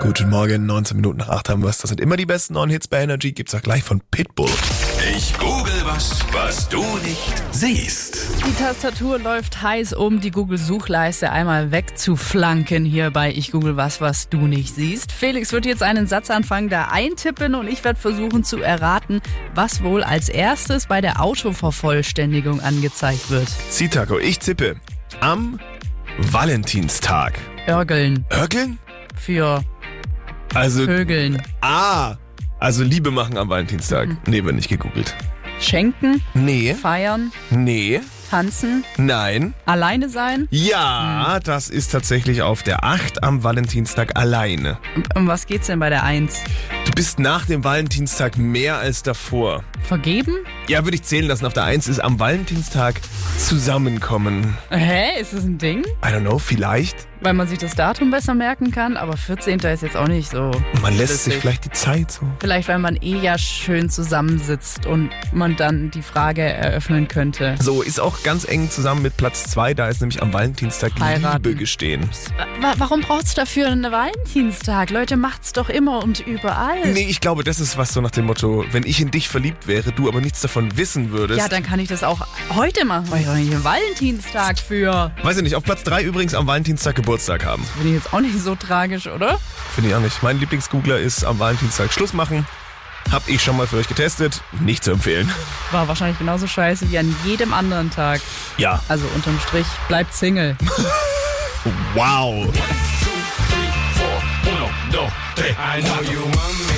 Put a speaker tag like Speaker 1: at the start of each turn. Speaker 1: Guten Morgen, 19 Minuten nach 8 haben wir es. Das sind immer die besten neuen Hits bei Energy. Gibt's auch gleich von Pitbull.
Speaker 2: Ich google was, was du nicht siehst.
Speaker 3: Die Tastatur läuft heiß, um die Google-Suchleiste einmal wegzuflanken hier bei Ich google was, was du nicht siehst. Felix wird jetzt einen Satz anfangen, da eintippen und ich werde versuchen zu erraten, was wohl als erstes bei der Autovervollständigung angezeigt wird.
Speaker 1: Zitako, ich tippe. Am Valentinstag.
Speaker 3: Örgeln
Speaker 1: Örkeln?
Speaker 3: für
Speaker 1: Also,
Speaker 3: Vögeln.
Speaker 1: ah, also Liebe machen am Valentinstag. Nee, wird nicht gegoogelt.
Speaker 3: Schenken,
Speaker 1: Nee,
Speaker 3: feiern,
Speaker 1: nee,
Speaker 3: tanzen,
Speaker 1: nein.
Speaker 3: alleine sein.
Speaker 1: Ja, das ist tatsächlich auf der 8 am Valentinstag alleine.
Speaker 3: Um was geht's denn bei der Eins?
Speaker 1: Du bist nach dem Valentinstag mehr als davor.
Speaker 3: Vergeben?
Speaker 1: Ja, würde ich zählen lassen. Auf der 1 ist am Valentinstag zusammenkommen.
Speaker 3: Hä? Ist das ein Ding?
Speaker 1: I don't know, vielleicht.
Speaker 3: Weil man sich das Datum besser merken kann, aber 14. ist jetzt auch nicht so.
Speaker 1: Man lässt sich
Speaker 3: Schlüssig.
Speaker 1: vielleicht die Zeit so.
Speaker 3: Vielleicht, weil man eh ja schön zusammensitzt und man dann die Frage eröffnen könnte.
Speaker 1: So, ist auch ganz eng zusammen mit Platz 2. Da ist nämlich am Valentinstag
Speaker 3: Heiraten.
Speaker 1: Liebe gestehen.
Speaker 3: Wa warum braucht's dafür einen Valentinstag? Leute, macht's doch immer und überall.
Speaker 1: Nee, ich glaube, das ist was so nach dem Motto, wenn ich in dich verliebt wäre, du aber nichts davon wissen würdest.
Speaker 3: Ja, dann kann ich das auch heute machen, weil ich auch nicht einen Valentinstag für.
Speaker 1: Weiß ich nicht, auf Platz 3 übrigens am Valentinstag Geburtstag haben.
Speaker 3: Bin ich jetzt auch nicht so tragisch, oder?
Speaker 1: Finde ich auch nicht. Mein Lieblingsgoogler ist am Valentinstag Schluss machen. Hab ich schon mal für euch getestet. Nicht zu empfehlen.
Speaker 3: War wahrscheinlich genauso scheiße wie an jedem anderen Tag.
Speaker 1: Ja.
Speaker 3: Also unterm Strich, bleibt Single.
Speaker 1: Wow.
Speaker 2: I know you want me,